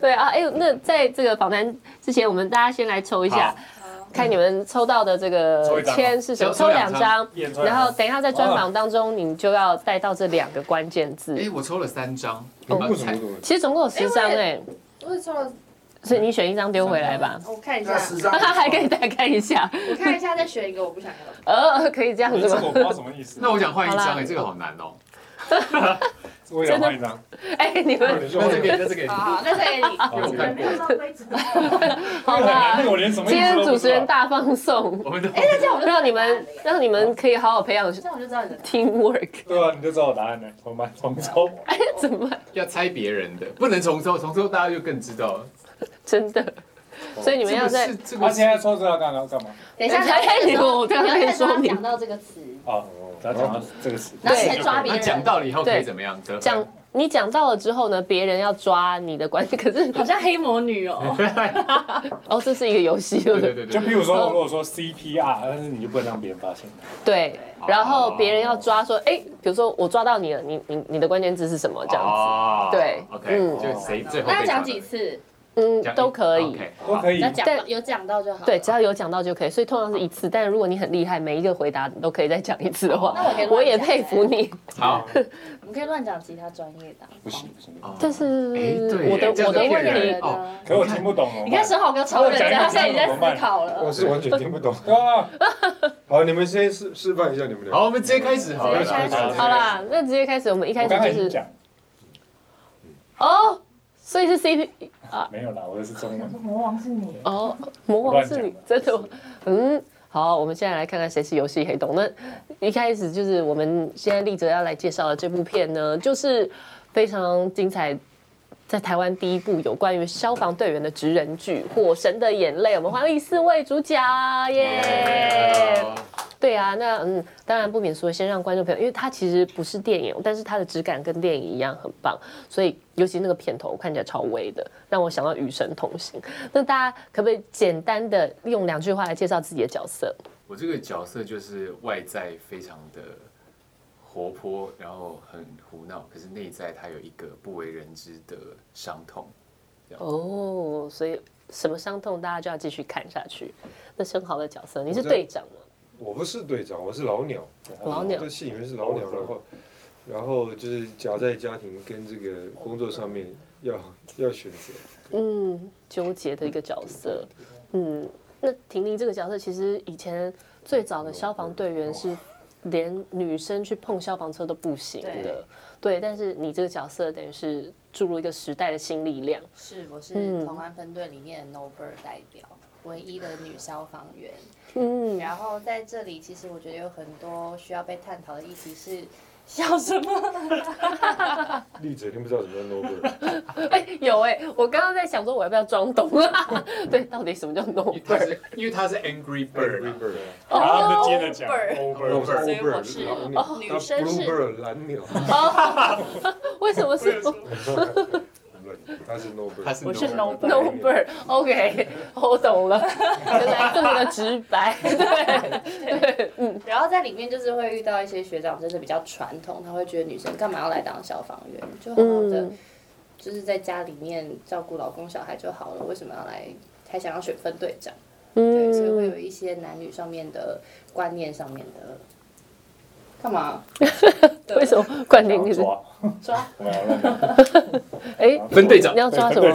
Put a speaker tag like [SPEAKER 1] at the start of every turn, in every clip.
[SPEAKER 1] 对啊，哎呦，那在这个访谈之前，我们大家先来抽一下
[SPEAKER 2] 好，
[SPEAKER 1] 看你们抽到的这
[SPEAKER 2] 抽
[SPEAKER 1] 个
[SPEAKER 2] 一张
[SPEAKER 1] 签是什么？
[SPEAKER 2] 抽
[SPEAKER 1] 抽
[SPEAKER 2] 抽两
[SPEAKER 1] 两张
[SPEAKER 2] 张，啊
[SPEAKER 1] 然后等一下在专访当中，你就要带到这两个关键字。
[SPEAKER 3] 哎，我抽了三张，
[SPEAKER 4] 哦
[SPEAKER 1] 呃
[SPEAKER 4] 为什
[SPEAKER 3] 才
[SPEAKER 4] 么？为
[SPEAKER 1] 其实总共有十张哎，
[SPEAKER 5] 我抽了，
[SPEAKER 1] 所以你选一张丢回来吧。
[SPEAKER 5] 我看一下
[SPEAKER 6] 那，十张
[SPEAKER 1] 还可以再看一 下，
[SPEAKER 5] 我看一下，再选一个我不想要的。
[SPEAKER 1] 呃，可以这样
[SPEAKER 2] 这
[SPEAKER 1] 子吗？
[SPEAKER 2] 个我不知道什么意思。
[SPEAKER 3] 那我想换一
[SPEAKER 1] 好
[SPEAKER 3] 张，
[SPEAKER 1] 啦
[SPEAKER 3] 哎，这个好难哦。
[SPEAKER 2] 我也换一张，
[SPEAKER 1] 哎，你
[SPEAKER 2] 那
[SPEAKER 1] 们
[SPEAKER 2] 你
[SPEAKER 3] 那这
[SPEAKER 2] 说
[SPEAKER 3] 个，那这个也
[SPEAKER 5] 好
[SPEAKER 1] 啊
[SPEAKER 5] 好，那再给你。
[SPEAKER 2] 好我看过
[SPEAKER 5] 按照规则。
[SPEAKER 1] 好
[SPEAKER 2] 很难
[SPEAKER 1] 啦
[SPEAKER 2] 那，个我连什么意
[SPEAKER 1] 今
[SPEAKER 2] 思
[SPEAKER 1] 天
[SPEAKER 2] 都不
[SPEAKER 1] 主持
[SPEAKER 2] 知
[SPEAKER 1] 人
[SPEAKER 2] 道。
[SPEAKER 1] 大放送，
[SPEAKER 3] 我们都
[SPEAKER 5] 哎，那这样我就
[SPEAKER 1] 让你们让你们可以好好培养
[SPEAKER 5] 这样我就知道你的。
[SPEAKER 1] teamwork。
[SPEAKER 2] 对啊，你就知道我答案了，重办 重抽。
[SPEAKER 1] 哎，怎么
[SPEAKER 3] 要猜别人的，不能重抽，重抽大家就更知道了。
[SPEAKER 1] 真的？
[SPEAKER 2] 哦
[SPEAKER 1] 所以你们要在
[SPEAKER 3] 这个是这
[SPEAKER 2] 他
[SPEAKER 3] 个
[SPEAKER 2] 现
[SPEAKER 3] 是
[SPEAKER 2] 在抽这要干嘛干嘛？
[SPEAKER 5] 等一下，
[SPEAKER 1] 哎我刚刚没说你
[SPEAKER 5] 讲到这个词，
[SPEAKER 2] 啊，他讲到
[SPEAKER 4] 这个是
[SPEAKER 5] 然后才抓别
[SPEAKER 3] 那
[SPEAKER 5] 人。
[SPEAKER 3] 讲到了以后可
[SPEAKER 1] 对
[SPEAKER 3] 以怎么样？得分
[SPEAKER 1] 讲你讲到了之后呢，别人要抓你的关系， 可是
[SPEAKER 5] 好像黑魔女哦。
[SPEAKER 1] 哦，这是一个游戏，对
[SPEAKER 3] 对
[SPEAKER 1] 不
[SPEAKER 3] 对
[SPEAKER 1] 对？
[SPEAKER 3] 对对，
[SPEAKER 2] 就譬如
[SPEAKER 1] 哦
[SPEAKER 2] 说，如果说 CPR，但是你就不能让别人发现。
[SPEAKER 1] 对。然后别人要抓说，哎，比如说我抓到你了，你你你的关键字是什么？这样
[SPEAKER 3] 样
[SPEAKER 1] 对嗯
[SPEAKER 3] 哦，OK，就谁最后
[SPEAKER 5] 那要
[SPEAKER 3] 被
[SPEAKER 5] 讲
[SPEAKER 3] 抓
[SPEAKER 5] 几
[SPEAKER 3] 到
[SPEAKER 5] 次？
[SPEAKER 1] 子，嗯
[SPEAKER 3] 讲，一
[SPEAKER 1] 都可以。
[SPEAKER 3] OK，好
[SPEAKER 2] 都可以
[SPEAKER 5] 要讲
[SPEAKER 1] 但
[SPEAKER 5] 有讲到就好。
[SPEAKER 1] 对，只要有讲到就可以，所以通常是一次。但如果你很厉害，每一个回答你都可以再讲一次的话，
[SPEAKER 5] 哦那我可以乱
[SPEAKER 1] 我也
[SPEAKER 5] 讲
[SPEAKER 1] 佩服你。
[SPEAKER 3] 好，
[SPEAKER 5] 我们可以乱讲其他专业的啊。
[SPEAKER 4] 不行不行，
[SPEAKER 3] 哦
[SPEAKER 1] 这是
[SPEAKER 3] 哎对
[SPEAKER 1] 我的
[SPEAKER 3] 这样
[SPEAKER 1] 我的
[SPEAKER 3] 子骗
[SPEAKER 1] 问
[SPEAKER 3] 人
[SPEAKER 1] 题，
[SPEAKER 3] 哦，
[SPEAKER 5] 呢？
[SPEAKER 2] 可我听不懂哦。
[SPEAKER 5] 你看沈浩哥超认真，他现在已经在思考
[SPEAKER 4] 我
[SPEAKER 5] 了。
[SPEAKER 4] 是完全听不懂。
[SPEAKER 2] 对啊，
[SPEAKER 4] 好，你们先示示范一下你们俩。
[SPEAKER 3] 好，我们直接开始好了
[SPEAKER 5] 直接开始
[SPEAKER 3] 啦。
[SPEAKER 1] 好啦，那直接开始，我们一开
[SPEAKER 2] 我刚才已
[SPEAKER 1] 始
[SPEAKER 2] 经
[SPEAKER 1] 就是
[SPEAKER 2] 讲
[SPEAKER 1] 哦，所以是 CP 啊
[SPEAKER 2] 没有啦，我的是中文。
[SPEAKER 6] 魔王是你，
[SPEAKER 1] 哦，魔王是你，真的吗，嗯。好，我们现在来看看谁是游戏黑洞。那一开始就是我们现在立泽要来介绍的这部片呢，就是非常精彩，在台湾第一部有关于消防队员的职人剧《火神的眼泪》。我们欢迎四位主角，耶、
[SPEAKER 3] 哦
[SPEAKER 1] 对啊，那嗯，当然不免说，先让观众朋友，因为它其实不是电影，但是它的质感跟电影一样很棒，所以尤其那个片头看起来超威的，让我想到《与神同行》。那大家可不可以简单的用两句话来介绍自己的角色？
[SPEAKER 3] 我这个角色就是外在非常的活泼，然后很胡闹，可是内在他有一个不为人知的伤痛。
[SPEAKER 1] 哦，所以什么伤痛，大家就要继续看下去。那生蚝的角色，你是
[SPEAKER 4] 我在
[SPEAKER 1] 队长吗？
[SPEAKER 4] 我不是队长，我是老鸟。
[SPEAKER 1] 老鸟
[SPEAKER 4] 这戏里面是老鸟，然后然后就是夹在家庭跟这个工作上面要要选择。
[SPEAKER 1] 嗯，纠结的一个角色。嗯，那婷婷这个角色，其实以前最早的消防队员是连女生去碰消防车都不行的，对。但是你这个角色等于是注入一个时代的新力量，
[SPEAKER 5] 是，我是
[SPEAKER 1] 嗯
[SPEAKER 5] 同安分队里面的 Nober 代表，唯一的女消防员。
[SPEAKER 1] 嗯，
[SPEAKER 5] 然后在这里，其实我觉得有很多需要被探讨的议题是。笑什么？
[SPEAKER 4] 例子听不知道什么叫 noble，
[SPEAKER 1] 哎、有哎、我刚刚在想说我要不要装懂啊 对，到底什么叫 no？
[SPEAKER 3] 因 为他是因为他是 Angry Bird，啊
[SPEAKER 1] 哦
[SPEAKER 2] 然后他们就接着讲
[SPEAKER 4] 那我是
[SPEAKER 2] over。
[SPEAKER 5] 所以我
[SPEAKER 4] over，
[SPEAKER 5] 是
[SPEAKER 4] 老鸟，
[SPEAKER 5] 女生是
[SPEAKER 4] bluebird 蓝鸟，
[SPEAKER 1] 为什么是
[SPEAKER 4] 他是 noble，
[SPEAKER 3] 他是
[SPEAKER 5] 我是
[SPEAKER 3] Noble
[SPEAKER 1] no
[SPEAKER 5] Noble
[SPEAKER 1] bird？OK，、我懂了，原来这么的直 白，对对，嗯。
[SPEAKER 5] 然后在里面就是会遇到一些学长，就是比较传统，他会觉得女生干嘛要来当消防员，就好好的、
[SPEAKER 1] 嗯
[SPEAKER 5] 就是在家里面照顾老公小孩就好了，为什么要来还想要选分队长？对，所以会
[SPEAKER 1] 嗯
[SPEAKER 5] 有一些男女上面的观念上面的。干嘛？
[SPEAKER 1] 为什么冠霖你是
[SPEAKER 2] 抓
[SPEAKER 5] 抓？
[SPEAKER 2] 我们要乱讲
[SPEAKER 1] 哎？
[SPEAKER 3] 分队长
[SPEAKER 1] 你，要抓什么？？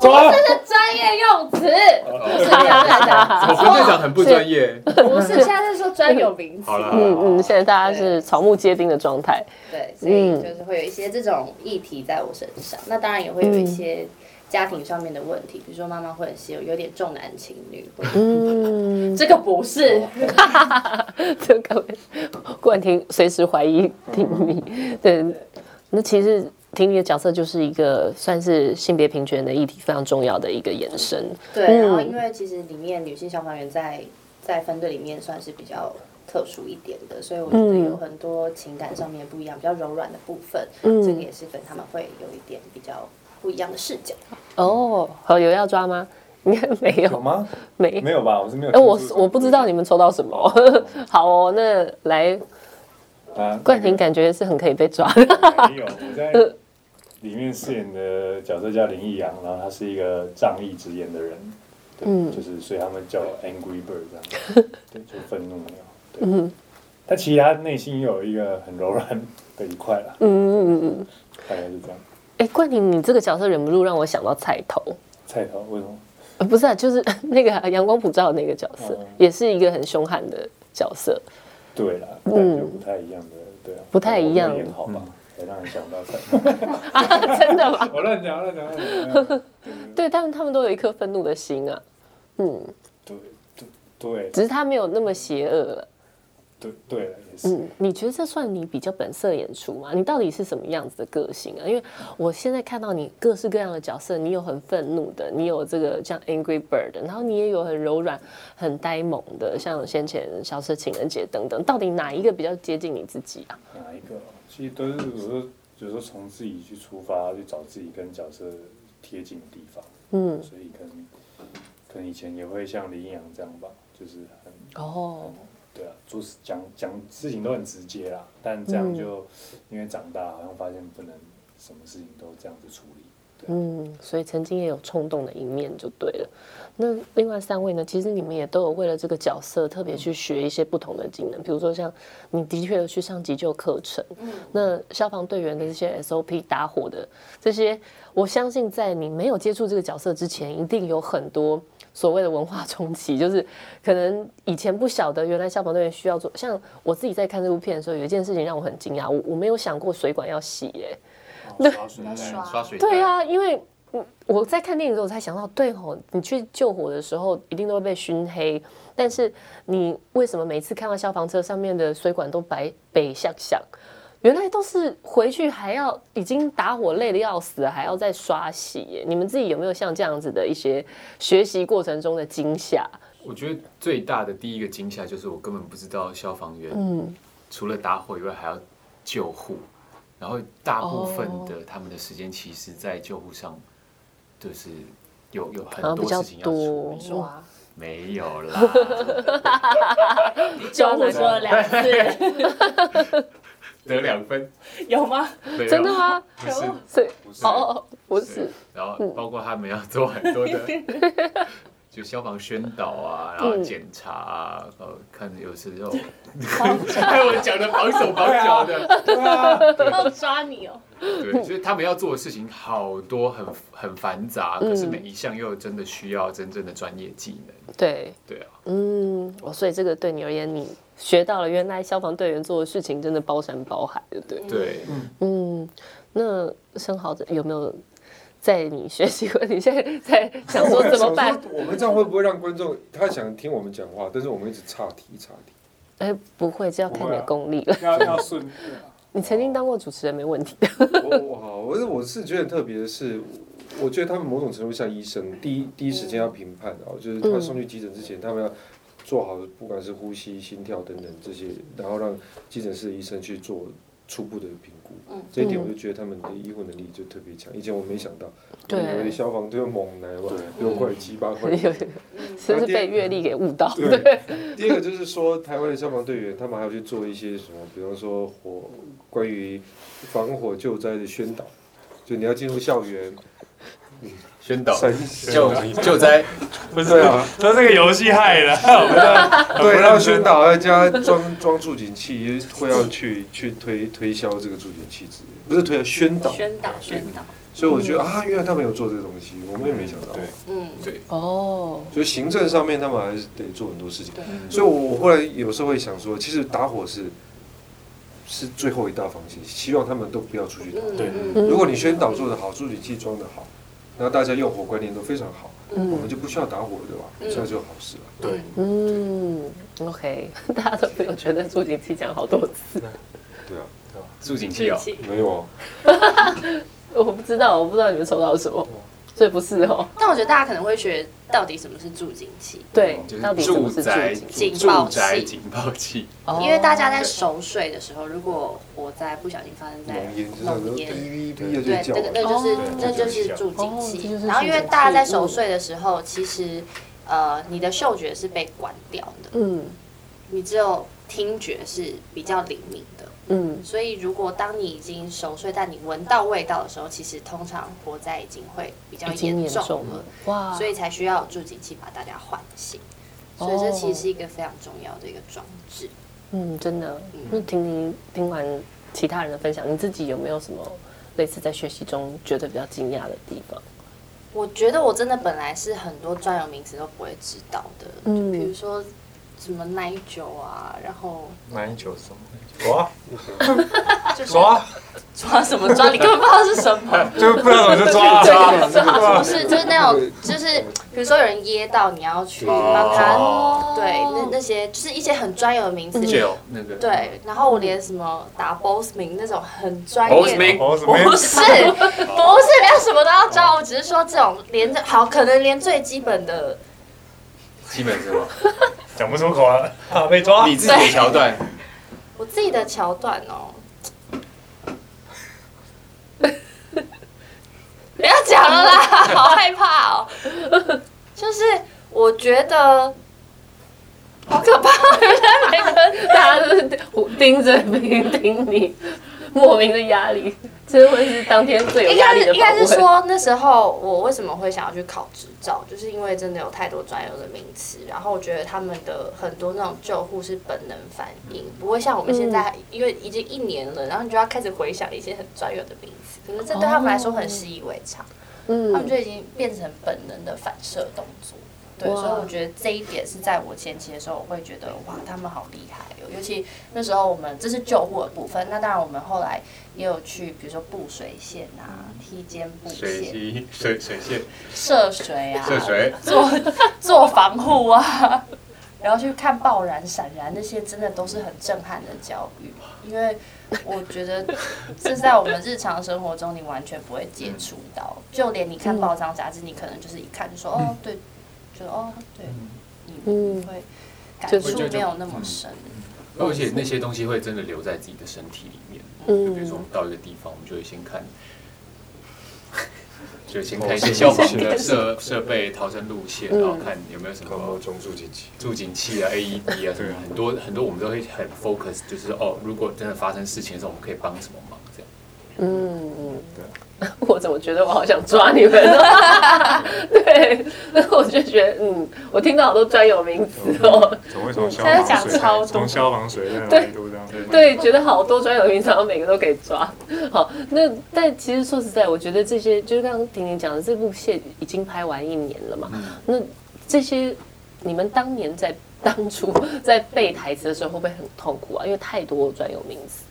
[SPEAKER 2] 抓！
[SPEAKER 5] 专业用词，
[SPEAKER 3] 我分队长很不专 业。
[SPEAKER 5] 不是现在是说专有名词
[SPEAKER 3] 好。了，
[SPEAKER 1] 嗯嗯，现在大家是草木皆兵的状态。
[SPEAKER 5] 对，所
[SPEAKER 1] 嗯
[SPEAKER 5] 以就是会有一些这种议题在我身上。那当然也会有一些
[SPEAKER 1] 嗯
[SPEAKER 5] 家庭上面的问题，比如说妈妈会很希望有点重男轻女，或者
[SPEAKER 1] 嗯，
[SPEAKER 5] 这个不是。
[SPEAKER 1] 这个冠廷随时怀疑婷你。嗯对，那其实婷你的角色就是一个算是性别平权的议题非常重要的一个延伸。
[SPEAKER 5] 对，
[SPEAKER 1] 嗯
[SPEAKER 5] 然后因为其实里面女性消防员在在分队里面算是比较特殊一点的，所以我觉得
[SPEAKER 1] 嗯
[SPEAKER 5] 有很多情感上面不一样、比较柔软的部分，
[SPEAKER 1] 嗯
[SPEAKER 5] 这个也是跟他们会有一点比较不一样的视角。
[SPEAKER 1] 哦，好，有要抓吗？应该没
[SPEAKER 2] 有
[SPEAKER 1] 有，
[SPEAKER 2] 吗？
[SPEAKER 1] 没
[SPEAKER 2] 没有吧？我是没有
[SPEAKER 1] 哎，
[SPEAKER 2] 听
[SPEAKER 1] 我
[SPEAKER 2] 出什么。
[SPEAKER 1] 我不知道你们抽到什么。 好哦，那来
[SPEAKER 2] 啊，
[SPEAKER 1] 冠廷感觉是很可以被抓的。
[SPEAKER 2] 没有，我在里面饰演的角色叫林逸阳，然后他是一个仗义直言的人，对，
[SPEAKER 1] 嗯
[SPEAKER 2] 就是所以他们叫 Angry Bird 这样， 对，就愤怒鸟，对，
[SPEAKER 1] 嗯
[SPEAKER 2] 但其实他内心有一个很柔软的一块啦，
[SPEAKER 1] 嗯嗯嗯嗯。
[SPEAKER 2] 大概是这样。
[SPEAKER 1] 哎、冠廷，你这个角色忍不住让我想到菜头，
[SPEAKER 2] 菜头为什么？
[SPEAKER 1] 呃不是啊，就是 那个啊阳光普照的那个角色，
[SPEAKER 2] 哦
[SPEAKER 1] 也是一个很凶悍的角色。
[SPEAKER 2] 对啦，但就不太一样的，对啊，
[SPEAKER 1] 嗯不太一样
[SPEAKER 2] 我没有演好吧，才让人想到菜头。
[SPEAKER 1] 真的吗？
[SPEAKER 2] 嗯 我乱讲乱讲乱讲，
[SPEAKER 1] 对，但他们都有一颗愤怒的心啊，嗯，
[SPEAKER 2] 对对对
[SPEAKER 1] 只是他没有那么邪恶了。
[SPEAKER 2] 对对了，也是。
[SPEAKER 1] 嗯，你觉得这算你比较本色演出吗？你到底是什么样子的个性啊？因为我现在看到你各式各样的角色，你有很愤怒的，你有这个像 Angry Bird，的然后你也有很柔软、很呆萌的，像先前《小车情人节》等等，到底哪一个比较接近你自己啊？
[SPEAKER 2] 哪一个哦？其实都是有时候有时候从自己去出发，去找自己跟角色贴近的地方，
[SPEAKER 1] 嗯，
[SPEAKER 2] 所以可能可能以前也会像林阳这样吧，就是很
[SPEAKER 1] 哦，
[SPEAKER 2] 对啊，做事讲讲事情都很直接啦，但这样就、因为长大好像发现不能什么事情都这样子处理。
[SPEAKER 1] 嗯，所以曾经也有冲动的一面就对了。那另外三位呢？其实你们也都有为了这个角色特别去学一些不同的技能，比如说像你的确有去上急救课程，那消防队员的这些 SOP 打火的这些，我相信在你没有接触这个角色之前，一定有很多所谓的文化冲击， 就是可能以前不晓得原来消防队员需要做。像我自己在看这部片的时候，有一件事情让我很惊讶，我我没有想过水管要洗耶、
[SPEAKER 3] 刷水
[SPEAKER 5] 要
[SPEAKER 3] 袋
[SPEAKER 5] 刷
[SPEAKER 3] 刷水袋
[SPEAKER 1] 对，啊，因为嗯我在看电影的时候我才想到，对吼，你去救火的时候一定都会被熏黑，但是你为什么每次看到消防车上面的水管都白北向向？原来都是回去还要已经打火累的要死了，还要再刷洗耶。你们自己有没有像这样子的一些学习过程中的惊吓？
[SPEAKER 3] 我觉得最大的第一个惊吓就是我根本不知道消防员
[SPEAKER 1] 嗯，
[SPEAKER 3] 除了打火以外还要救护，然后大部分
[SPEAKER 1] 哦
[SPEAKER 3] 的他们的时间其实，在救护上就是有有
[SPEAKER 1] 好像
[SPEAKER 3] 很
[SPEAKER 1] 比
[SPEAKER 3] 多
[SPEAKER 1] 较
[SPEAKER 3] 事情要处理，
[SPEAKER 1] 多。
[SPEAKER 5] 刷，
[SPEAKER 3] 没 有啦，
[SPEAKER 1] 救护说了
[SPEAKER 5] 两次，
[SPEAKER 3] 得两分，
[SPEAKER 5] 有吗？
[SPEAKER 3] 对
[SPEAKER 1] 真的？吗？
[SPEAKER 3] 不是，
[SPEAKER 1] 所以
[SPEAKER 3] 不是，
[SPEAKER 1] 哦哦，哦不是
[SPEAKER 3] 对，然后包括他们要做很多的， 就消防宣导啊，然后检查啊，然后看有时 候， 看我讲的绑手绑脚的，
[SPEAKER 2] 对啊，
[SPEAKER 5] 要抓你哦，
[SPEAKER 3] 对，所以他们要做的事情好多，很很繁杂，可是每一项又真的需要真正的专业技能，
[SPEAKER 1] 对。
[SPEAKER 3] 对啊，
[SPEAKER 1] 嗯，哦，所以这个对你而言，你学到了原来消防队员做的事情真的包山包海，对不对？
[SPEAKER 3] 对，
[SPEAKER 1] 嗯，那生蚝有没有在你学习过？ 你现在在想说怎么办
[SPEAKER 4] 想？说我们这样会不会让观众他想听我们讲话，但是我们一直岔题岔题？
[SPEAKER 1] 哎，不会，这要看你的功力了。
[SPEAKER 2] 要要顺利啊。
[SPEAKER 1] 你曾经当过主持人，没问题的。
[SPEAKER 4] 我我好，我是我是觉得很特别的是，我我觉得他们某种程度像医生，第一第一时间要评判哦，就是他送去急诊之前，他们要做好不管是呼吸、心跳等等这些，然后让急诊室的医生去做初步的评估。
[SPEAKER 5] 嗯
[SPEAKER 4] 这一点我就觉得他们的医护能力就特别强，以前我没想到，
[SPEAKER 1] 对
[SPEAKER 4] 我以为消防队猛男吧，
[SPEAKER 2] 对
[SPEAKER 4] 六块七八块
[SPEAKER 1] 有。有，是不是被阅历给误导？
[SPEAKER 4] 对，第二个就是说，台湾的消防队员，他们还要去做一些什么，比方说火关于防火救灾的宣导，就你要进入校园，
[SPEAKER 3] 宣导
[SPEAKER 4] 三
[SPEAKER 3] 救救灾，
[SPEAKER 2] 不是
[SPEAKER 4] 对啊，
[SPEAKER 2] 他这个游戏害的，我们要
[SPEAKER 4] 对，要宣导，要加装装助警器，会要去去推推销这个助警器之类的，不是推销宣导，
[SPEAKER 5] 宣导宣导，
[SPEAKER 4] 所以我觉得啊，原来他们有做这个东西，我们也没想到。
[SPEAKER 2] 对，
[SPEAKER 5] 嗯，
[SPEAKER 3] 对，
[SPEAKER 1] 哦，
[SPEAKER 4] 所以行政上面他们还是得做很多事情。
[SPEAKER 5] 对，
[SPEAKER 4] 所以我，我后来有时候会想说，其实打火是是最后一道防线，希望他们都不要出去打。
[SPEAKER 5] 嗯
[SPEAKER 2] 对
[SPEAKER 5] 嗯
[SPEAKER 1] 嗯
[SPEAKER 4] 如果你宣导做得好，助理器装得好，那大家用火观念都非常好，我
[SPEAKER 1] 嗯
[SPEAKER 4] 们就不需要打火，对吧？
[SPEAKER 5] 嗯
[SPEAKER 4] 这样就好事了。
[SPEAKER 2] 对，
[SPEAKER 1] 嗯，OK，大家 都没有觉得朱景器讲好多次，
[SPEAKER 4] 对啊，
[SPEAKER 3] 助警器
[SPEAKER 5] 志
[SPEAKER 3] 哦，
[SPEAKER 5] 气。
[SPEAKER 4] 没有啊，
[SPEAKER 1] 我不知道，我不知道你们抽到什么，所以不是哦。
[SPEAKER 5] 但我觉得大家可能会学到底什么是助警器，
[SPEAKER 1] 对
[SPEAKER 3] 嗯就，
[SPEAKER 1] 到底
[SPEAKER 3] 是
[SPEAKER 1] 什么
[SPEAKER 3] 住
[SPEAKER 1] 是
[SPEAKER 3] 宅
[SPEAKER 1] 景
[SPEAKER 5] 警
[SPEAKER 3] 住
[SPEAKER 5] 报
[SPEAKER 3] 宅
[SPEAKER 5] 器
[SPEAKER 3] 警报器，
[SPEAKER 1] 哦
[SPEAKER 5] 因为大家在熟睡的时候，如果我在不小心发生在
[SPEAKER 4] 浓烟就是很
[SPEAKER 5] 浓
[SPEAKER 4] 多哔
[SPEAKER 5] 烟。
[SPEAKER 4] 哔哔
[SPEAKER 5] 对
[SPEAKER 4] 的，就
[SPEAKER 5] 这
[SPEAKER 4] 叫
[SPEAKER 5] 个
[SPEAKER 4] 了。
[SPEAKER 5] 那就是
[SPEAKER 1] 哦
[SPEAKER 5] 这就是助
[SPEAKER 1] 哦这
[SPEAKER 5] 警
[SPEAKER 1] 就
[SPEAKER 5] 器
[SPEAKER 1] 是。
[SPEAKER 5] 然后因为
[SPEAKER 1] 助警器哦
[SPEAKER 5] 大家在熟睡的时候，其实呃你的嗅觉是被关掉的，
[SPEAKER 1] 嗯
[SPEAKER 5] 你只有听觉是比较灵敏的。
[SPEAKER 1] 嗯，
[SPEAKER 5] 所以，如果当你已经熟睡，但你闻到味道的时候，其实通常火灾已经会比较
[SPEAKER 1] 已经严
[SPEAKER 5] 重
[SPEAKER 1] 重了，哇，
[SPEAKER 5] 所以才需要助警器把大家唤醒。所以这其实是一个非常重要的一个装置。
[SPEAKER 1] 嗯，真的，那听听听完其他人的分享，你自己有没有什么类似在学习中觉得比较惊讶的地方？
[SPEAKER 5] 我觉得我真的本来是很多专有名词都不会知道的，
[SPEAKER 1] 嗯
[SPEAKER 5] 就比如说什么奶酒啊，然后
[SPEAKER 3] 蛮久什么？我
[SPEAKER 5] 就是
[SPEAKER 3] 我
[SPEAKER 5] 抓什么抓，你根本不知道是什么。
[SPEAKER 3] 就不知道怎么抓啊，
[SPEAKER 5] 不是，就是那种，就是比如说有人噎到，你要去帮他，
[SPEAKER 3] 哦，
[SPEAKER 5] 对，那那些就是一些很专有的名词。
[SPEAKER 3] 酒那个
[SPEAKER 5] 嗯对，然后我连什么打 Bossman 那种很专业的
[SPEAKER 3] Bossman
[SPEAKER 2] 哦，什
[SPEAKER 5] 不是，不是，没有什么都要教，我只是说这种连着好，可能连最基本的，
[SPEAKER 3] 基本是吧？
[SPEAKER 2] 讲不出口啊，怕被抓。
[SPEAKER 3] 你自己的桥段，
[SPEAKER 5] 我自己的桥段哦。 不要讲了啦，好害怕哦。就是我觉得好可怕，
[SPEAKER 1] 每个大家都是盯着盯盯你，莫名的压 力，这会是当天最有
[SPEAKER 5] 应
[SPEAKER 1] 压
[SPEAKER 5] 该
[SPEAKER 1] 力
[SPEAKER 5] 是
[SPEAKER 1] 的
[SPEAKER 5] 应该是
[SPEAKER 1] 访问，
[SPEAKER 5] 说那时候我为什么会想要去考执照，就是因为真的有太多专有的名词，然后我觉得他们的很多那种救护是本能反应，不会像我们现
[SPEAKER 1] 嗯
[SPEAKER 5] 在，因为已经一年了，然后你就要开始回想一些很专有的名词，可是这对他们来
[SPEAKER 1] 哦
[SPEAKER 5] 说很习以为常，他们
[SPEAKER 1] 嗯，
[SPEAKER 5] 就已经变成本能的反射动作。对，
[SPEAKER 1] 哇
[SPEAKER 5] 所以我觉得这一点是在我前期的时候，我会觉得哇，他们好厉害哦！尤其那时候我们这是救护的部分，那当然我们后来也有去，比如说布水线啊、踢毽布
[SPEAKER 3] 水
[SPEAKER 5] 线、
[SPEAKER 3] 机水水线
[SPEAKER 5] 涉水啊、
[SPEAKER 3] 涉水，
[SPEAKER 5] 做做防护啊，然后去看爆燃、闪燃那些，真的都是很震撼的教育，因为我觉得这在我们日常生活中你完全不会接触到，就连你看报章杂志，你可能就是一看就说
[SPEAKER 3] 嗯
[SPEAKER 5] 哦对，就哦对，你
[SPEAKER 1] 嗯
[SPEAKER 5] 你会感
[SPEAKER 1] 就
[SPEAKER 5] 触
[SPEAKER 3] 是
[SPEAKER 5] 没有那么深，
[SPEAKER 3] 嗯而且那些东西会真的留在自己的身体里面。
[SPEAKER 1] 嗯
[SPEAKER 3] 嗯，比如说我们到一个地方，我们就会先看，就先看一些消防哦的嗯设设备、逃生路线，然后看有没有什
[SPEAKER 4] 然后
[SPEAKER 3] 么
[SPEAKER 4] 中柱几级，
[SPEAKER 3] 助警器啊、AED 啊什么，很多很多我们都会很 focus，就是哦，如果真的发生事情的时候，我们可以帮什么忙这样。
[SPEAKER 1] 嗯嗯，或者我觉得我好想抓 你们，对，那我就觉得，嗯，我听到好多专有名词哦，
[SPEAKER 2] 总会从消
[SPEAKER 5] 他在讲
[SPEAKER 2] 防水
[SPEAKER 5] 超多，
[SPEAKER 2] 从
[SPEAKER 3] 嗯
[SPEAKER 2] 消防水那来都这样。
[SPEAKER 3] 对
[SPEAKER 1] 对，觉得好多专有名词，然后每个都可以抓。好，那但其实说实在，我觉得这些就是刚刚婷婷讲的，这部戏已经拍完一年了嘛。那这些你们当年在当初在背台词的时候，会不会很痛苦啊？因为太多专有名词。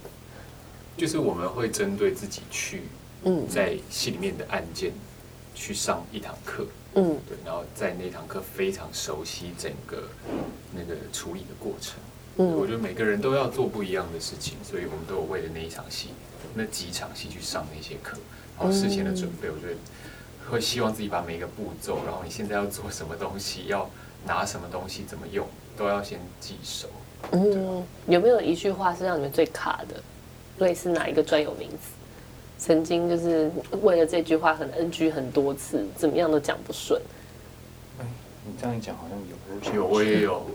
[SPEAKER 3] 就是我们会针对自己去
[SPEAKER 1] 嗯
[SPEAKER 3] 在戏里面的案件去上一堂课，
[SPEAKER 1] 嗯
[SPEAKER 3] 对，然后在那堂课非常熟悉整个那个处理的过程。我
[SPEAKER 1] 嗯
[SPEAKER 3] 觉得每个人都要做不一样的事情，所以我们都有为了那一场戏、那几场戏去上那些课，然后事前的准备，我觉得会希望自己把每一个步骤，然后你现在要做什么东西，要拿什么东西，怎么用，都要先记熟。
[SPEAKER 1] 嗯，有没有一句话是让你们最卡的？类似哪一个专有名词？曾经就是为了这句话很 NG 很多次，怎么样都讲不顺。
[SPEAKER 2] 你这样一讲好像有
[SPEAKER 3] 有，我也有，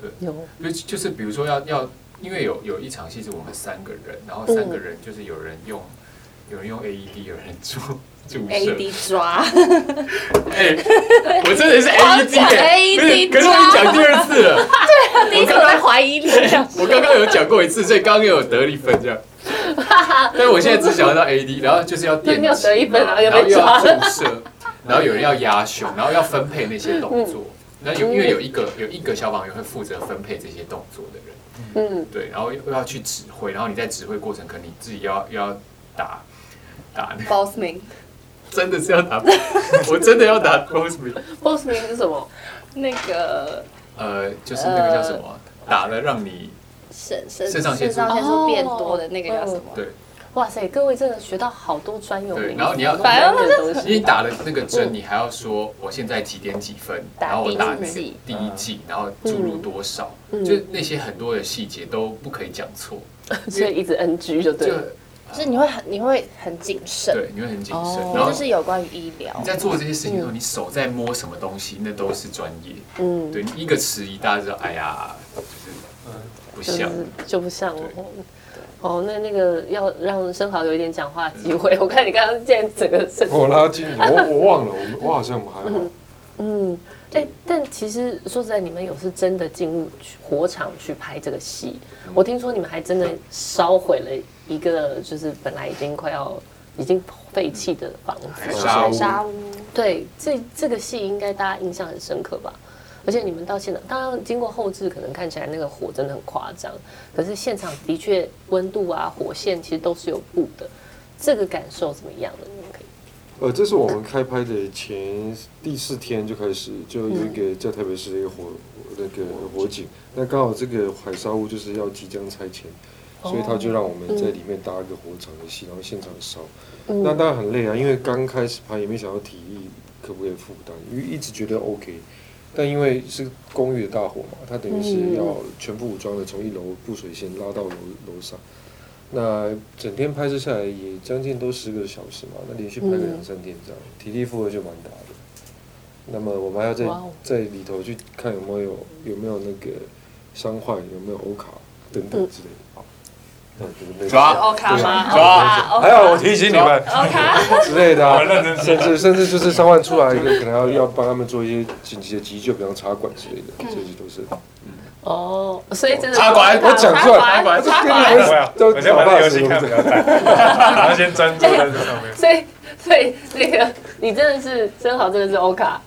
[SPEAKER 3] 对，
[SPEAKER 1] 有，
[SPEAKER 3] 就就是比如说要要，因为有有一场戏是我们三个人，然后三个
[SPEAKER 1] 嗯
[SPEAKER 3] 人就是有人用，有人用 AED，有人注注
[SPEAKER 1] E
[SPEAKER 3] 射
[SPEAKER 5] AED 抓，
[SPEAKER 3] 哎、我真 的是 AED 哎、不是
[SPEAKER 5] AED
[SPEAKER 3] 可是我已经讲第二次了。
[SPEAKER 5] 第一次我在怀 疑你，
[SPEAKER 3] 我刚刚有讲过一次，所以刚刚也有得一分这样。但是我现在只想要到 AD，然后就是要电击，
[SPEAKER 1] 没有得一分然后又
[SPEAKER 3] 然后
[SPEAKER 1] 被
[SPEAKER 3] 又
[SPEAKER 1] 抓
[SPEAKER 3] 要
[SPEAKER 1] 了
[SPEAKER 3] 注射，然后有人要 压胸，然后要分配那些动作。
[SPEAKER 1] 嗯
[SPEAKER 3] 那有因为有一个有一个消防员会负责分配这些动作的人，
[SPEAKER 1] 嗯
[SPEAKER 3] 对，然后又要去指挥，然后你在指挥过程，可能你自己要要打打那个，
[SPEAKER 5] Boss 名
[SPEAKER 3] 真的是要 打，我真的要打 close me，
[SPEAKER 1] ，boss 名是什么？
[SPEAKER 5] 那个
[SPEAKER 3] 呃，就是那个叫什么，打了让你
[SPEAKER 5] 肾肾
[SPEAKER 3] 肾上腺素
[SPEAKER 5] 上腺素变多的那个叫什么？
[SPEAKER 3] 对。
[SPEAKER 1] 哇塞，各位真的学到好多专有名
[SPEAKER 3] 对
[SPEAKER 1] 词，
[SPEAKER 3] 然后你要
[SPEAKER 1] 专有的东
[SPEAKER 3] 你
[SPEAKER 1] 西，
[SPEAKER 3] 打了那个针，你还要说我现在几点几分，
[SPEAKER 5] 打
[SPEAKER 3] 然后我打
[SPEAKER 5] 第一剂
[SPEAKER 3] 第一剂，然后注入多少，
[SPEAKER 1] 嗯
[SPEAKER 3] 就是那些很多的细节都不可以讲错，
[SPEAKER 1] 所以一直 NG 就对
[SPEAKER 3] 就
[SPEAKER 1] 了。
[SPEAKER 5] 就是你会很你会很谨慎，
[SPEAKER 3] 对，你会很谨慎
[SPEAKER 1] 哦。
[SPEAKER 3] 然
[SPEAKER 5] 因
[SPEAKER 3] 后
[SPEAKER 5] 为这是有关于医疗
[SPEAKER 3] 你。在做这些事情的时候，你手在摸什么东西，那都是专业。
[SPEAKER 1] 嗯
[SPEAKER 3] 对你一个迟疑，大家知道，哎呀，就是不
[SPEAKER 1] 就是
[SPEAKER 3] 像。
[SPEAKER 1] 就不像
[SPEAKER 3] 对
[SPEAKER 1] 哦。哦，那那个要让生蚝有一点讲话机会。 我看你刚刚现在整个身
[SPEAKER 4] 我拉近，我我忘了，我我好像还好。
[SPEAKER 1] 嗯，哎、但其实说实在，你们有是真的进入去火场去拍这个戏。
[SPEAKER 3] 嗯
[SPEAKER 1] 我听说你们还真的烧毁了一个，就是本来已经快要已经废弃的房
[SPEAKER 3] 海
[SPEAKER 1] 子。
[SPEAKER 3] 沙
[SPEAKER 5] 海
[SPEAKER 3] 屋，
[SPEAKER 5] 沙屋，
[SPEAKER 1] 对，这这个戏应该大家印象很深刻吧？而且你们到现场，当然经过后置，可能看起来那个火真的很夸张，可是现场的确温度啊、火线其实都是有布的。这个感受怎么样呢？你们可以
[SPEAKER 4] 呃，这是我们开拍的前第四天就开始，就有一个在台北市的一个火那个火警，那刚好这个海沙屋就是要即将拆迁，所以他就让我们在里面搭一个火场的戏，然后现场烧。那当然很累啊，因为刚开始拍也没想到体力可不可以负担，因为一直觉得 OK，但因为是公寓的大火嘛，它等于是要全副武装的从一楼布水线拉到楼楼上。那整天拍摄下来也将近都十个小时嘛，那连续拍个两三天这样，
[SPEAKER 1] 嗯
[SPEAKER 4] 体力负荷就蛮大的。那么我们还要在
[SPEAKER 1] 哇哦
[SPEAKER 4] 在里头去看有没有有没有那个伤患，有没有欧卡等等
[SPEAKER 1] 嗯
[SPEAKER 4] 之类的。哦好，那这个
[SPEAKER 3] 抓
[SPEAKER 1] 哦
[SPEAKER 5] 奥卡吗？
[SPEAKER 3] 抓
[SPEAKER 5] 奥
[SPEAKER 4] 还好我提醒你们
[SPEAKER 5] 奥卡，
[SPEAKER 4] 之类 的、啊，甚至甚至就是伤患出来一个，可能要要帮他们做一些紧急的急救，比方插管之类
[SPEAKER 1] 嗯
[SPEAKER 4] 的，这些都是。哎
[SPEAKER 1] 哦，所以真的
[SPEAKER 3] 插管
[SPEAKER 4] 我讲出来
[SPEAKER 1] 插管
[SPEAKER 4] 我
[SPEAKER 1] 插
[SPEAKER 4] 跟你
[SPEAKER 1] 管
[SPEAKER 4] 们
[SPEAKER 2] 我要，
[SPEAKER 4] 都
[SPEAKER 2] 我啊先把这游戏看比较淡，然后先专注在这上面。
[SPEAKER 1] 所以，所以那个你真的是真好，真的是欧卡，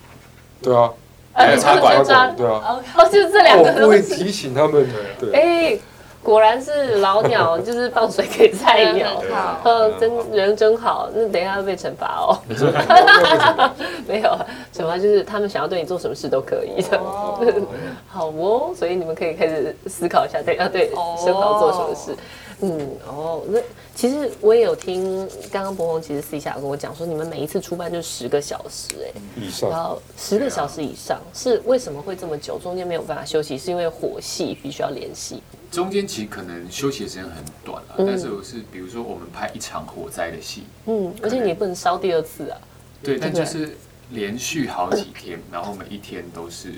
[SPEAKER 4] 对啊，
[SPEAKER 3] 还有插 管
[SPEAKER 1] 真的
[SPEAKER 4] 插管对啊
[SPEAKER 1] 哦哦，就是这两
[SPEAKER 4] 我
[SPEAKER 1] 个
[SPEAKER 4] 不
[SPEAKER 1] 都
[SPEAKER 4] 会
[SPEAKER 1] 是，
[SPEAKER 4] 提醒他们。对，
[SPEAKER 1] 哎，果然是老 鸟，就是放水给菜鸟。
[SPEAKER 5] 很嗯好，
[SPEAKER 1] 呃，真人真好，那等一下要被惩罚哦。没有惩罚就是他们想要对你做什么事都可以的， 好哦。所以你们可以开始思考一下，对要啊对
[SPEAKER 5] 哦
[SPEAKER 1] 生蚝做什么事。嗯，哦，那其实我也有听，刚刚博宏其实私下有跟我讲说，你们每一次出班就十个小时、哎，
[SPEAKER 4] 以
[SPEAKER 1] 然
[SPEAKER 4] 上
[SPEAKER 1] 后十个小时以上，是为什么会这么久？中间没有办法休息，是因为火戏必须要联系。
[SPEAKER 3] 中间其实可能休息的时间很短了，但是我是比如说我们拍一场火灾的戏，
[SPEAKER 1] 嗯，而且你也不能烧第二次啊。
[SPEAKER 3] 对，但
[SPEAKER 1] 对
[SPEAKER 3] 就是连续好几天，然后每一天都是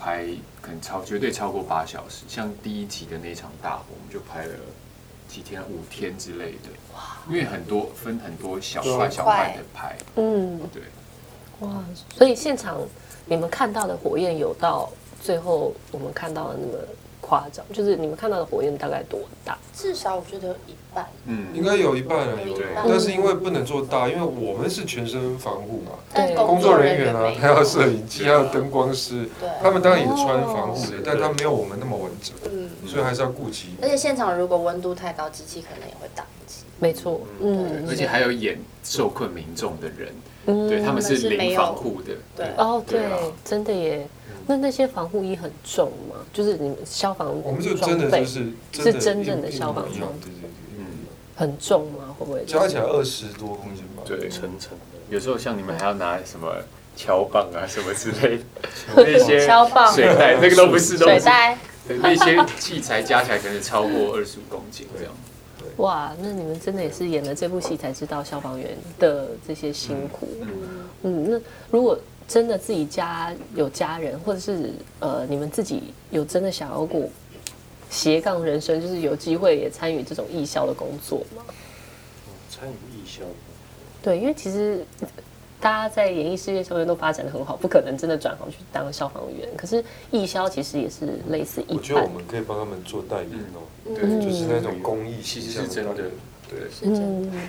[SPEAKER 3] 拍，可能超绝对超过八小时。像第一集的那场大火，我们就拍了几天，五天之类的。哇！因为很多分很多小块小块的拍，
[SPEAKER 1] 嗯，
[SPEAKER 3] 对，
[SPEAKER 1] 哇，所以现场你们看到的火焰有到最后我们看到的那么夸张，就是你们看到的火焰大概多大？
[SPEAKER 5] 至少我觉得有一半，
[SPEAKER 4] 应
[SPEAKER 3] 嗯，
[SPEAKER 4] 该有一半了，有
[SPEAKER 3] 对，
[SPEAKER 4] 但是因为不能做大，因为我们是全身防护嘛，
[SPEAKER 5] 但
[SPEAKER 4] 工作人员啊
[SPEAKER 5] 没，有
[SPEAKER 4] 还有摄影机，还有灯光师，
[SPEAKER 5] 对，
[SPEAKER 4] 他们当然也穿防护
[SPEAKER 3] 哦
[SPEAKER 4] 的，但他们没有我们那么完整，
[SPEAKER 5] 嗯，
[SPEAKER 4] 所以还是要顾及。
[SPEAKER 5] 而且现场如果温度太高，机器可能也会打击。
[SPEAKER 1] 没错，嗯，
[SPEAKER 3] 而且还有演受困民众的人，
[SPEAKER 1] 嗯
[SPEAKER 3] 对，他们是
[SPEAKER 5] 他们是没
[SPEAKER 3] 零
[SPEAKER 5] 有
[SPEAKER 3] 防护的，
[SPEAKER 5] 对
[SPEAKER 1] 哦，对
[SPEAKER 3] 对啊，
[SPEAKER 1] 真的耶。那那些防护衣很重吗？就是你们消防
[SPEAKER 4] 我们就
[SPEAKER 1] 装
[SPEAKER 4] 真的
[SPEAKER 1] 备
[SPEAKER 4] 就是
[SPEAKER 1] 是真正的消防
[SPEAKER 4] 一
[SPEAKER 1] 装
[SPEAKER 4] 样，对对对，
[SPEAKER 3] 嗯，
[SPEAKER 1] 很重吗？会不会？
[SPEAKER 4] 加起来二十多公斤吧。
[SPEAKER 3] 对，
[SPEAKER 2] 层层的，
[SPEAKER 3] 有时候像你们还要拿什么敲棒啊什么之类的，那些
[SPEAKER 5] 敲棒
[SPEAKER 3] 水袋那个都不是，都不
[SPEAKER 5] 水
[SPEAKER 3] 是
[SPEAKER 5] 袋，
[SPEAKER 3] 对那些器材加起来可能超过二十五公斤这样。
[SPEAKER 1] 哇，那你们真的也是演了这部戏才知道消防员的这些辛苦。
[SPEAKER 3] 嗯，
[SPEAKER 1] 嗯，那如果真的自己家有家人，或者是呃你们自己有真的想要过斜杠人生，就是有机会也参与这种义消的工作吗？
[SPEAKER 2] 参与义消，
[SPEAKER 1] 对，因为其实大家在演艺事业上面都发展的很好，不可能真的转行去当消防员。可是义消其实也是类似一
[SPEAKER 4] 我觉得我
[SPEAKER 1] 般，
[SPEAKER 4] 们可以帮他们做代言哦，
[SPEAKER 1] 嗯
[SPEAKER 3] 对，
[SPEAKER 4] 就是那种公益形象
[SPEAKER 3] 其实是真的
[SPEAKER 4] 对，
[SPEAKER 5] 是真的，
[SPEAKER 1] 嗯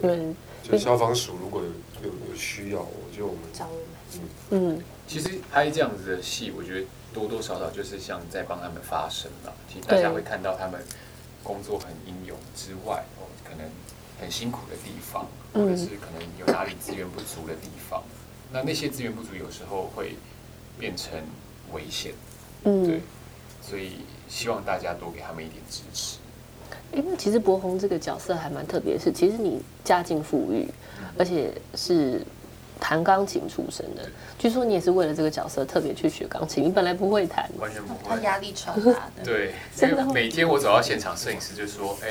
[SPEAKER 1] 对，嗯
[SPEAKER 4] 就消防署如果有有有需要，我觉得我们
[SPEAKER 5] 找我们。
[SPEAKER 1] 嗯，
[SPEAKER 3] 其实拍这样子的戏，我觉得多多少少就是像在帮他们发声吧。其实大家
[SPEAKER 1] 对
[SPEAKER 3] 会看到他们工作很英勇之外，哦，可能很辛苦的地方，
[SPEAKER 1] 嗯
[SPEAKER 3] 或者是可能有哪里资源不足的地方。那那些资源不足有时候会变成危险，
[SPEAKER 1] 嗯
[SPEAKER 3] 对，，所以希望大家多给他们一点支持。
[SPEAKER 1] 因为其实博宏这个角色还蛮特别，是其实你家境富裕，而且是弹钢琴出身的。据说你也是为了这个角色特别去学钢琴，你本来不会弹。
[SPEAKER 3] 完全不
[SPEAKER 5] 他
[SPEAKER 3] 会。
[SPEAKER 5] 压力超大的，
[SPEAKER 3] 对，因
[SPEAKER 1] 真的
[SPEAKER 3] 为
[SPEAKER 1] 吗
[SPEAKER 3] 每天我走到现场，摄影师就说：“哎、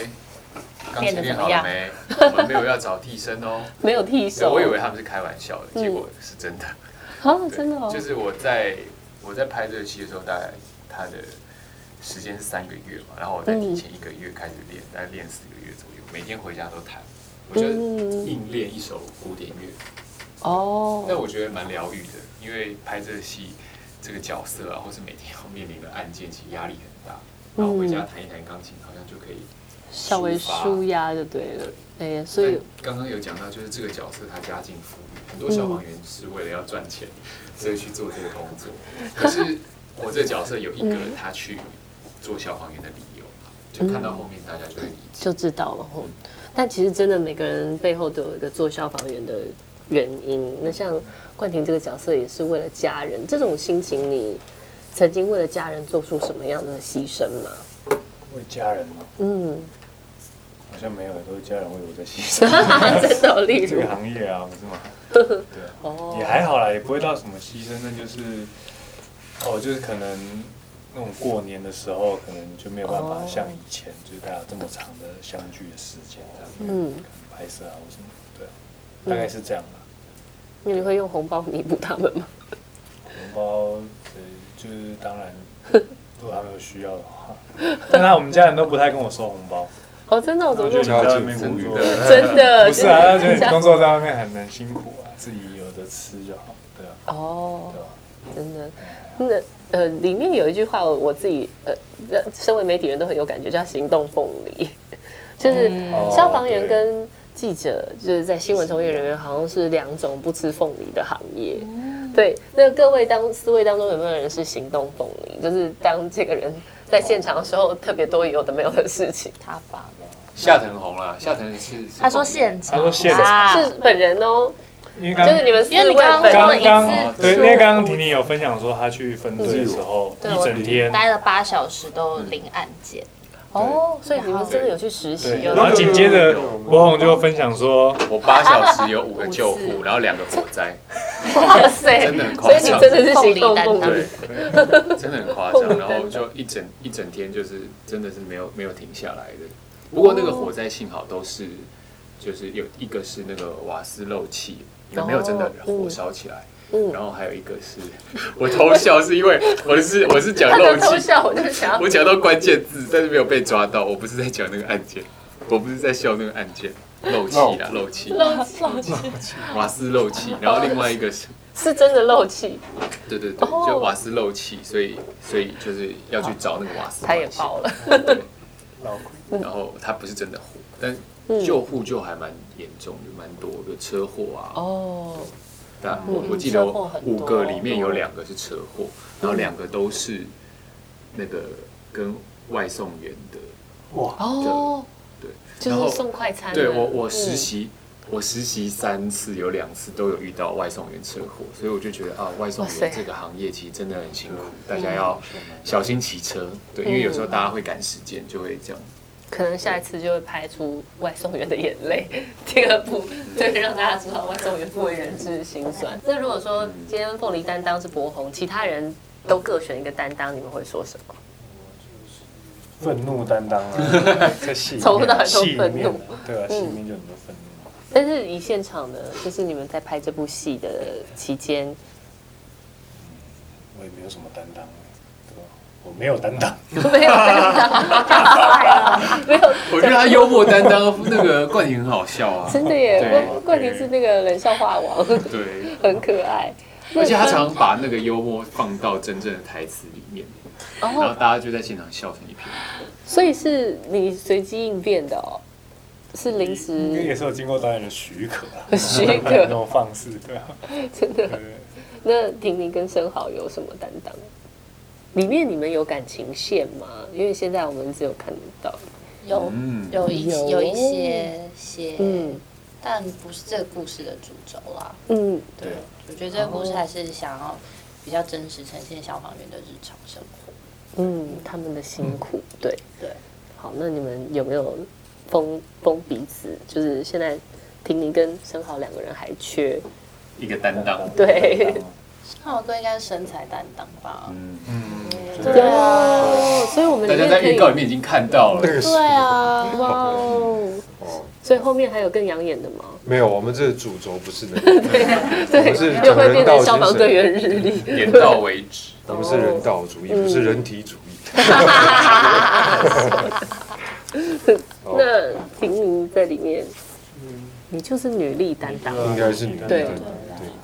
[SPEAKER 3] 钢
[SPEAKER 5] 练得
[SPEAKER 3] 琴练
[SPEAKER 5] 怎么
[SPEAKER 3] 好
[SPEAKER 5] 样
[SPEAKER 3] 了没？我们没有要找替身哦。
[SPEAKER 1] 没有替
[SPEAKER 3] 对”
[SPEAKER 1] 手，
[SPEAKER 3] 我以为他们是开玩笑的，
[SPEAKER 1] 嗯
[SPEAKER 3] 结果是真的。
[SPEAKER 1] 啊，
[SPEAKER 3] 对
[SPEAKER 1] 真的哦，
[SPEAKER 3] 就是我在我在拍这个戏的时候，大概他的时间是三个月嘛，然后我再提前一个月开始练，大概练四个月左右，每天回家都弹。我觉得硬练一首古典乐，
[SPEAKER 1] 哦，
[SPEAKER 3] 但我觉得蛮疗愈的，因为拍这个戏这个角色啊，或是每天要面临的案件，其实压力很大。然后回家弹一弹钢琴，好像就可以
[SPEAKER 1] 稍微舒压就对了。哎呀，所以
[SPEAKER 3] 但刚刚有讲到，就是这个角色他家境富裕，很多消防员是为了要赚钱，所以去做这个工作。可是我这个角色有一个他去做消防员的理由嘛，就看到后面大家就会理解。
[SPEAKER 1] 就知道了吼。但其实真的每个人背后都有一个做消防员的原因。那像冠廷这个角色也是为了家人，这种心情你曾经为了家人做出什么样的牺牲吗？
[SPEAKER 2] 为家人嘛，
[SPEAKER 1] 嗯，
[SPEAKER 2] 好像没有很多家人为我在牺牲。
[SPEAKER 1] 真的，例
[SPEAKER 2] 这
[SPEAKER 1] 如
[SPEAKER 2] 个行业啊，不是吗？对啊，
[SPEAKER 1] 哦
[SPEAKER 2] 也还好啦，也不会到什么牺牲，那就是哦，就是可能那种过年的时候，可能就没有办法
[SPEAKER 1] 哦
[SPEAKER 2] 像以前，就是大家这么长的相聚的时间这样，
[SPEAKER 1] 嗯，
[SPEAKER 2] 拍摄啊或什么，对啊，大概是这样吧。
[SPEAKER 1] 那你会用红包弥补他们吗？
[SPEAKER 2] 红包，呃，就是当然， 如果他们有需要的话，但他我们家人都不太跟我收红包，
[SPEAKER 1] 哦，真的，我怎
[SPEAKER 2] 我
[SPEAKER 1] 么
[SPEAKER 2] 觉得
[SPEAKER 1] 会
[SPEAKER 2] 你在外面工作，
[SPEAKER 1] 真的？
[SPEAKER 2] 不是啊，他觉得你工作在外面很很辛苦啊，自己有的吃就好，对啊，
[SPEAKER 1] 哦
[SPEAKER 2] 对，吧？
[SPEAKER 1] 真的，那呃，里面有一句话我，我自己呃，呃身为媒体人都很有感觉，叫“行动凤梨”， 就是
[SPEAKER 2] 哦
[SPEAKER 1] 消防员
[SPEAKER 2] 对
[SPEAKER 1] 跟记者，就是在新闻从业人员，好像是两种不吃凤梨的行业。对，那各位当四位当中有没有人是行动凤梨？就是当这个人在现场的时候，特别多有的没有的事情。
[SPEAKER 5] 塌房了。
[SPEAKER 3] 夏藤红啦，夏藤是
[SPEAKER 6] 他说现场，
[SPEAKER 2] 他说现场
[SPEAKER 6] 啊
[SPEAKER 1] 是本人哦，
[SPEAKER 2] 因为刚
[SPEAKER 1] 就是你们四
[SPEAKER 6] 因为
[SPEAKER 1] 位
[SPEAKER 6] 你刚
[SPEAKER 1] 本
[SPEAKER 6] 刚
[SPEAKER 1] 人
[SPEAKER 6] 问
[SPEAKER 2] 刚
[SPEAKER 6] 一
[SPEAKER 2] 刚
[SPEAKER 6] 次
[SPEAKER 2] 对，因为刚刚婷婷有分享说她去分队的时候
[SPEAKER 6] 对
[SPEAKER 2] 一
[SPEAKER 6] 我
[SPEAKER 2] 整天，
[SPEAKER 6] 待了八小时都领案件，
[SPEAKER 1] 哦，所以你们真的有去实习
[SPEAKER 2] 对，
[SPEAKER 1] 哦，
[SPEAKER 2] 然后紧接着博宏就分享说，
[SPEAKER 3] 我八小时有五个救护，然后两个火灾，
[SPEAKER 1] 哇塞，
[SPEAKER 3] 真的很
[SPEAKER 1] 所以
[SPEAKER 3] 夸
[SPEAKER 1] 你
[SPEAKER 3] 张。
[SPEAKER 1] 真的是行动凤
[SPEAKER 6] 凤
[SPEAKER 1] 梨
[SPEAKER 6] 梨
[SPEAKER 3] 对，真的 很夸张。然后就一整一整天，就是真的是没有没有停下来的。
[SPEAKER 1] 哦
[SPEAKER 3] 不过那个火灾幸好都是，就是有一个是那个瓦斯漏气，有没有真的火烧起来。
[SPEAKER 1] 嗯
[SPEAKER 3] 然后还有一个是， 我偷笑是因为我是我是讲
[SPEAKER 1] 他
[SPEAKER 3] 漏
[SPEAKER 1] 在 偷
[SPEAKER 3] 气，
[SPEAKER 1] 笑，我就想要
[SPEAKER 3] 我讲到关键字，但是没有被抓到。我不是在讲那个案件，我不是在笑那个案件，漏气啦，漏气，
[SPEAKER 1] 漏气，
[SPEAKER 3] 瓦斯漏气。然后另外一个 是。
[SPEAKER 1] 是真的漏气，
[SPEAKER 3] 对对对，
[SPEAKER 1] 哦
[SPEAKER 3] 就瓦斯漏气，所以所以就是要去找那个瓦斯
[SPEAKER 1] 他
[SPEAKER 3] 管
[SPEAKER 1] 也
[SPEAKER 3] 线
[SPEAKER 1] 爆了。
[SPEAKER 3] 然后它不是真的火，但
[SPEAKER 1] 嗯
[SPEAKER 3] 救护就还蛮严重，就蛮多的车祸啊。
[SPEAKER 1] 哦，
[SPEAKER 3] 但我
[SPEAKER 1] 嗯
[SPEAKER 3] 我记得
[SPEAKER 1] 车祸
[SPEAKER 3] 我
[SPEAKER 1] 很多
[SPEAKER 3] 五个里面有两个是车祸，然后两个都是那个跟外送员的。
[SPEAKER 1] 哦，
[SPEAKER 3] 对，然
[SPEAKER 1] 就
[SPEAKER 3] 后
[SPEAKER 1] 是送快餐的。
[SPEAKER 3] 对我我实
[SPEAKER 1] 嗯，
[SPEAKER 3] 习。我实习三次，有两次都有遇到外送员车祸，所以我就觉得啊，外送
[SPEAKER 1] 哇塞嗯
[SPEAKER 3] 员这个行业其实真的很辛苦，大家要小心骑车。对，因为有时候大家会赶时间，就会这样。
[SPEAKER 1] 嗯可能下一次就会拍出外送员的眼泪，第二部就会让大家知道外送员不为人知的辛酸。那如果说今天凤梨担当是博红，其他人都各选一个担当，你们会说什么？
[SPEAKER 2] 愤怒担当 啊，在戏里面
[SPEAKER 1] 从头到尾都
[SPEAKER 2] 戏里
[SPEAKER 1] 愤
[SPEAKER 2] 面
[SPEAKER 1] 怒
[SPEAKER 2] 对啊，戏里面就很多愤怒。
[SPEAKER 1] 但是以现场的，就是你们在拍这部戏的期间，
[SPEAKER 2] 我也没有什么担当，对吧？我没有担当，
[SPEAKER 1] 没有担当，太坏了，没有
[SPEAKER 3] 我觉得他幽默担当，那个冠廷很好笑啊，
[SPEAKER 1] 真的耶，
[SPEAKER 3] 对
[SPEAKER 1] 冠冠廷是那个冷笑话王，
[SPEAKER 3] 对，
[SPEAKER 1] 很可爱。
[SPEAKER 3] 而且他常常把那个幽默放到真正的台词里面，然后
[SPEAKER 1] 哦，
[SPEAKER 3] 大家就在现场笑成一片。
[SPEAKER 1] 所以是你随机应变的哦，是临
[SPEAKER 2] 因为也
[SPEAKER 1] 时
[SPEAKER 2] 是有经过导演的许可啊，
[SPEAKER 1] 许
[SPEAKER 2] 那
[SPEAKER 1] 可。
[SPEAKER 2] 种放肆，对啊，
[SPEAKER 1] 真
[SPEAKER 2] 对
[SPEAKER 1] 的，
[SPEAKER 2] 对
[SPEAKER 1] 那婷婷跟生蚝有什么担当？里面你们有感情线吗？因为现在我们只有看到，
[SPEAKER 5] 有
[SPEAKER 3] 嗯
[SPEAKER 5] 有一
[SPEAKER 1] 哦有
[SPEAKER 5] 有一些些，
[SPEAKER 1] 嗯
[SPEAKER 5] 但不是这个故事的主轴啦。
[SPEAKER 1] 嗯，
[SPEAKER 5] 对，我觉得这个故事还是想要比较真实呈现消防员的日常生活。
[SPEAKER 1] 嗯，他们的辛苦，对
[SPEAKER 5] 对。
[SPEAKER 1] 好，那你们有没有封封彼此？就是现在婷婷跟生蚝两个人还缺，
[SPEAKER 3] 一个担当，
[SPEAKER 1] 对，
[SPEAKER 5] 那我哥应该是身材担当吧？
[SPEAKER 3] 嗯，
[SPEAKER 2] 嗯，
[SPEAKER 1] 对啊，所以我们
[SPEAKER 3] 大
[SPEAKER 1] 里
[SPEAKER 3] 家
[SPEAKER 1] 面
[SPEAKER 3] 在
[SPEAKER 1] 可
[SPEAKER 3] 预
[SPEAKER 1] 以
[SPEAKER 3] 告里面已经看到 了，
[SPEAKER 5] 对啊，
[SPEAKER 1] 哇哦，所以后面还有更养眼的吗？
[SPEAKER 4] 没有，我们这个主轴不是那个，
[SPEAKER 1] 对
[SPEAKER 4] 我是，
[SPEAKER 1] 又会变
[SPEAKER 4] 整人道
[SPEAKER 1] 成消
[SPEAKER 4] 精
[SPEAKER 1] 防
[SPEAKER 4] 神
[SPEAKER 1] 队员日历。
[SPEAKER 3] 点到为止。
[SPEAKER 4] 我们是人道主义，不是人体主义。好
[SPEAKER 1] 那婷婷在里面，你就是女力担当。
[SPEAKER 4] 应该是女的。
[SPEAKER 1] 嗯对
[SPEAKER 3] 对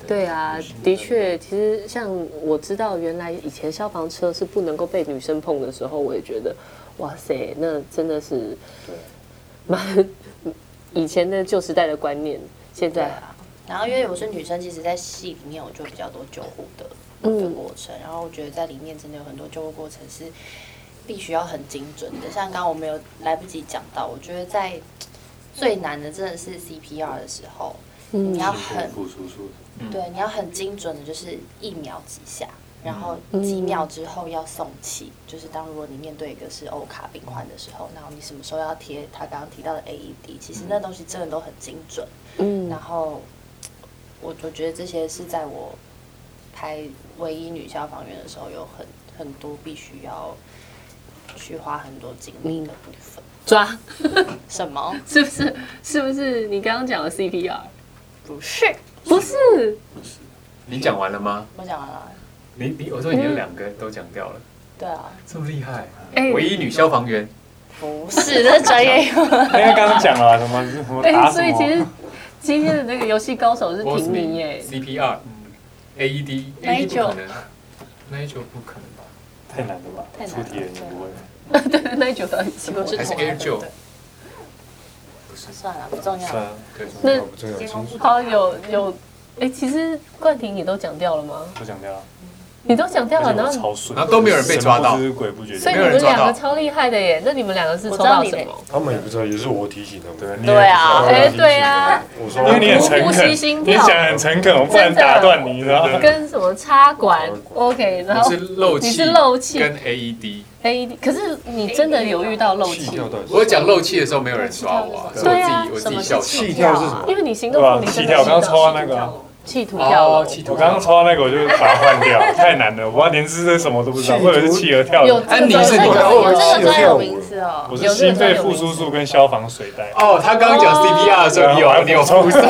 [SPEAKER 1] 对啊，的确，其实像我知道，原来以前消防车是不能够被女生碰的时候，我也觉得，哇塞，那真的是蛮 以前的旧时代的观念，现在
[SPEAKER 5] 啊然后因为我是女生，其实，在戏里面我就比较多救护的的过程，然后我觉得在里面真的有很多救护过程是必须要很精准的。像刚刚我没有来不及讲到，我觉得在最难的真的是 CPR 的时候，你要很
[SPEAKER 7] 付出出，
[SPEAKER 5] 对，你要很精准的，就是一秒几下，然后几秒之后要送气。就是当如果你面对一个是欧卡病患的时候，然后你什么时候要贴他刚刚提到的 AED，其实那东西真的都很精准。
[SPEAKER 1] 嗯
[SPEAKER 5] 然后我我觉得这些是在我拍唯一女消防员的时候，有很很多必须要去花很多精力的部分。
[SPEAKER 1] 抓
[SPEAKER 5] 什么？
[SPEAKER 1] 是不是？是不是你刚刚讲的 CPR？
[SPEAKER 5] 不是？
[SPEAKER 1] 不是，
[SPEAKER 3] 你讲完了吗？
[SPEAKER 5] 我讲完了。
[SPEAKER 3] 你你我说你有两个都讲掉了，
[SPEAKER 5] 对啊，
[SPEAKER 3] 这么厉害，
[SPEAKER 1] 哎
[SPEAKER 3] 唯一女消防员，
[SPEAKER 5] 不是，这是专业用语。
[SPEAKER 2] 因为刚刚讲了什么什么
[SPEAKER 1] 哎、
[SPEAKER 2] 打什
[SPEAKER 1] 所以其
[SPEAKER 2] 么
[SPEAKER 1] 实，今天的那个游戏高 手是
[SPEAKER 3] w a
[SPEAKER 1] 婷
[SPEAKER 3] s m
[SPEAKER 1] 婷
[SPEAKER 3] e
[SPEAKER 1] 耶，
[SPEAKER 3] CPR、AED、AED E 不可能，Nigel 啊不可能吧？
[SPEAKER 2] 太难了吧？出题人也不会。
[SPEAKER 1] 对，那一九到底是
[SPEAKER 5] 我是
[SPEAKER 3] 还是
[SPEAKER 5] 同
[SPEAKER 3] Air
[SPEAKER 5] 样
[SPEAKER 3] Joe？
[SPEAKER 5] 的。 算了，不重要。
[SPEAKER 4] 啊，
[SPEAKER 3] 对，
[SPEAKER 1] 那
[SPEAKER 4] 不重要，清楚。
[SPEAKER 1] 好有有，哎、其实冠廷你都讲掉了吗？
[SPEAKER 2] 都讲掉了，
[SPEAKER 1] 你都讲掉了，
[SPEAKER 2] 而且
[SPEAKER 1] 然
[SPEAKER 2] 我
[SPEAKER 1] 后
[SPEAKER 2] 超顺，
[SPEAKER 3] 然后都没有人被抓到
[SPEAKER 2] 神不知鬼不觉。
[SPEAKER 1] 所以你
[SPEAKER 3] 没有
[SPEAKER 1] 们
[SPEAKER 3] 人抓到
[SPEAKER 1] 两个超厉害的耶！那你们两个是抽到什么？
[SPEAKER 4] 他们也不知道，也是我提醒他们。
[SPEAKER 2] 对，你也
[SPEAKER 5] 对啊
[SPEAKER 2] 是
[SPEAKER 1] 哎，对啊，
[SPEAKER 4] 我
[SPEAKER 2] 因为你很
[SPEAKER 4] 说，
[SPEAKER 2] 诚
[SPEAKER 1] 呼吸心
[SPEAKER 2] 恳，你
[SPEAKER 1] 跳
[SPEAKER 2] 讲得很诚恳，我不能打断你，你知道吗？
[SPEAKER 1] 跟什么插管
[SPEAKER 4] 插管
[SPEAKER 1] ？OK，然
[SPEAKER 3] 你
[SPEAKER 1] 后
[SPEAKER 3] 是漏气，
[SPEAKER 1] 你是漏气
[SPEAKER 3] 跟 E AED。
[SPEAKER 1] AED，可是你真的有遇到漏
[SPEAKER 4] 气
[SPEAKER 1] 气，
[SPEAKER 4] 跳到底是
[SPEAKER 3] 我讲漏气的时候没有人抓我啊，是
[SPEAKER 1] 对啊
[SPEAKER 3] 我自己我自己
[SPEAKER 5] 什
[SPEAKER 3] 笑笑
[SPEAKER 5] 么是。
[SPEAKER 4] 气跳是什么？
[SPEAKER 1] 因为你行
[SPEAKER 2] 对
[SPEAKER 1] 动
[SPEAKER 2] 吧
[SPEAKER 1] 不？灵，
[SPEAKER 2] 起跳，我刚刚抽到那个啊，
[SPEAKER 1] 气吐掉了，
[SPEAKER 3] 哦气
[SPEAKER 2] 我
[SPEAKER 3] 吐
[SPEAKER 2] 刚刚抽到那个，我就把它换 掉，太难了，我连是什么都不知道，
[SPEAKER 4] 气
[SPEAKER 2] 或者是
[SPEAKER 4] 图
[SPEAKER 2] 企鹅跳
[SPEAKER 1] 有
[SPEAKER 2] 的，
[SPEAKER 1] 这
[SPEAKER 3] 安妮
[SPEAKER 1] 个
[SPEAKER 3] 是你
[SPEAKER 1] 有
[SPEAKER 3] 的
[SPEAKER 1] 这
[SPEAKER 5] 有
[SPEAKER 1] 个
[SPEAKER 5] 这个专有名词哦
[SPEAKER 2] 我。是心肺复苏术跟消防水袋，
[SPEAKER 3] 哦，他刚刚讲 CPR 的时
[SPEAKER 2] 啊
[SPEAKER 3] 候，你有你有抽上，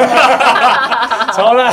[SPEAKER 2] 超烂，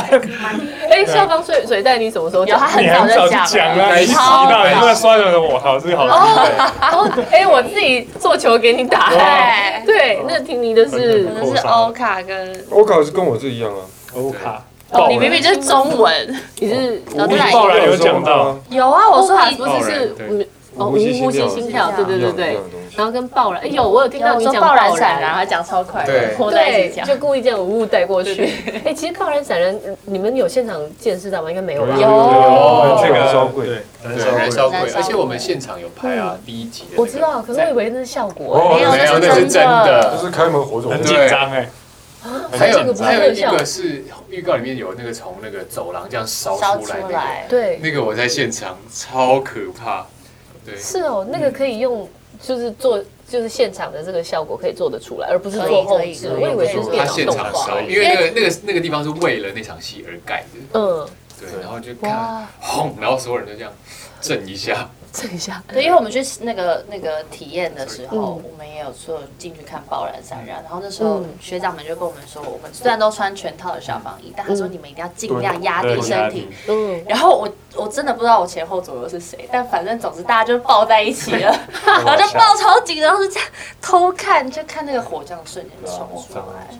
[SPEAKER 1] 哎，消防水水袋你什么时候
[SPEAKER 5] 有
[SPEAKER 1] 讲
[SPEAKER 5] 他？很
[SPEAKER 2] 你很
[SPEAKER 5] 早
[SPEAKER 2] 早
[SPEAKER 5] 就
[SPEAKER 2] 就
[SPEAKER 5] 讲
[SPEAKER 2] 讲
[SPEAKER 5] 了
[SPEAKER 2] 了，你洗到你突然刷什么？我靠，这个好厉害，
[SPEAKER 1] 哦，哎，我自己做球给你打，
[SPEAKER 5] 对
[SPEAKER 1] 对，那婷妮的是
[SPEAKER 2] 很
[SPEAKER 5] 我是欧卡跟，
[SPEAKER 4] 我考是跟我这一样啊，
[SPEAKER 2] 欧卡，
[SPEAKER 1] 哦
[SPEAKER 5] 你明明就是中文。
[SPEAKER 1] 你是
[SPEAKER 4] 哦
[SPEAKER 5] 我
[SPEAKER 2] 你
[SPEAKER 5] 们
[SPEAKER 2] 爆燃有讲到，
[SPEAKER 5] 有啊，我
[SPEAKER 1] 欧
[SPEAKER 5] 说
[SPEAKER 1] 卡
[SPEAKER 5] 你
[SPEAKER 1] 不是是
[SPEAKER 3] 对
[SPEAKER 1] 嗯哦，无
[SPEAKER 4] 无
[SPEAKER 1] 呼
[SPEAKER 4] 呼
[SPEAKER 1] 吸
[SPEAKER 4] 吸
[SPEAKER 1] 心
[SPEAKER 4] 心
[SPEAKER 1] 跳，对
[SPEAKER 5] 跳
[SPEAKER 1] 对对对
[SPEAKER 4] 一样的东，西
[SPEAKER 1] 然后跟爆燃，哎有我有听到
[SPEAKER 5] 我
[SPEAKER 1] 你
[SPEAKER 5] 嗯说
[SPEAKER 1] 讲
[SPEAKER 5] 爆燃
[SPEAKER 1] 闪
[SPEAKER 5] 闪，然后讲超快，
[SPEAKER 3] 对
[SPEAKER 5] 拖在一
[SPEAKER 1] 对
[SPEAKER 5] 起，讲。
[SPEAKER 1] 就故意这样无误带过去。哎，其实爆燃闪燃，你们有现场见识到吗？应该没有吧？
[SPEAKER 3] 哦
[SPEAKER 2] 这个
[SPEAKER 4] 燃烧柜，
[SPEAKER 2] 燃
[SPEAKER 3] 对，燃烧
[SPEAKER 2] 烧柜，
[SPEAKER 3] 柜，而且我们现场有拍啊，第一集的那个。
[SPEAKER 1] 我知道，可是我以为那是效果。
[SPEAKER 4] 哦
[SPEAKER 1] 哎
[SPEAKER 5] 没有，
[SPEAKER 3] 没有
[SPEAKER 5] 那
[SPEAKER 3] 那
[SPEAKER 5] 是
[SPEAKER 3] 是
[SPEAKER 5] 真
[SPEAKER 3] 真
[SPEAKER 4] 就
[SPEAKER 3] 的
[SPEAKER 5] 的。
[SPEAKER 4] 是开门活动
[SPEAKER 2] 很
[SPEAKER 3] 对
[SPEAKER 2] 紧张哎，
[SPEAKER 3] 还
[SPEAKER 1] 这个
[SPEAKER 3] 有
[SPEAKER 1] 不是
[SPEAKER 3] 还有一
[SPEAKER 1] 特效
[SPEAKER 3] 个是预告里面有那个从那个走廊这样烧
[SPEAKER 5] 烧
[SPEAKER 3] 出
[SPEAKER 5] 出
[SPEAKER 3] 来那个，
[SPEAKER 5] 来，
[SPEAKER 1] 对，
[SPEAKER 3] 那个我在现场超可怕。对，
[SPEAKER 1] 是哦，那个可以用，就是做，就是现场的这个效果可以做得出来，而不是做后
[SPEAKER 5] 可以
[SPEAKER 1] 置。
[SPEAKER 5] 可以
[SPEAKER 1] 我以为是
[SPEAKER 3] 他
[SPEAKER 1] 电脑
[SPEAKER 3] 现
[SPEAKER 1] 动
[SPEAKER 3] 场
[SPEAKER 1] 画。
[SPEAKER 3] 烧，因为那个那个那个地方是为了那场戏而盖的，
[SPEAKER 1] 嗯，
[SPEAKER 3] 对，然后就
[SPEAKER 1] 哇
[SPEAKER 3] 看轰，然后所有人都这样震一下，
[SPEAKER 1] 这一下，
[SPEAKER 5] 对，因为我们去那个那个体验的时候，
[SPEAKER 1] 嗯
[SPEAKER 5] 我们也有说进去看爆燃散燃，然后那时候
[SPEAKER 1] 嗯
[SPEAKER 5] 学长们就跟我们说，我们虽然都穿全套的消防衣，但他说你们一定要尽量压低
[SPEAKER 2] 对
[SPEAKER 5] 身体。
[SPEAKER 1] 嗯，
[SPEAKER 5] 然后我我真的不知道我前后左右是谁，但反正总之大家就抱在一起了，然后就抱超紧，然后就这样偷看，就看那个火这样瞬间冲出来。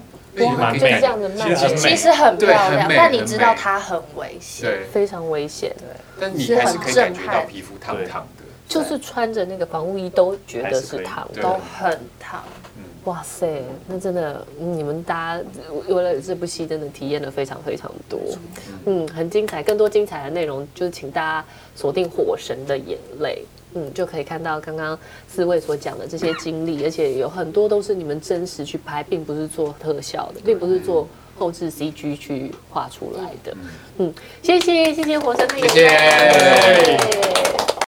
[SPEAKER 1] 哇，就是这样子
[SPEAKER 2] 其实
[SPEAKER 1] 慢，
[SPEAKER 2] 很
[SPEAKER 5] 其
[SPEAKER 2] 美，
[SPEAKER 5] 实很漂
[SPEAKER 3] 对
[SPEAKER 5] 亮
[SPEAKER 3] 很，美
[SPEAKER 5] 但你知道
[SPEAKER 3] 很美
[SPEAKER 5] 它很危险。
[SPEAKER 3] 对，
[SPEAKER 1] 非常危险。
[SPEAKER 3] 但你还是可以感觉到皮肤烫烫的，
[SPEAKER 1] 就是穿着那个防护衣都觉得是烫
[SPEAKER 3] 对
[SPEAKER 1] 的。
[SPEAKER 5] 都很烫，
[SPEAKER 1] 哇塞，那真的，嗯你们大家呃为了这部戏真的体验了非常非常多，嗯，很精彩。更多精彩的内容，就是请大家锁定《火神的眼泪》。嗯，就可以看到刚刚四位所讲的这些经历，而且有很多都是你们真实去拍，并不是做特效的，并不是做后置 CG 去画出来的。嗯，谢谢，谢谢火神的眼
[SPEAKER 3] 谢
[SPEAKER 1] 泪。
[SPEAKER 3] 谢。
[SPEAKER 5] 对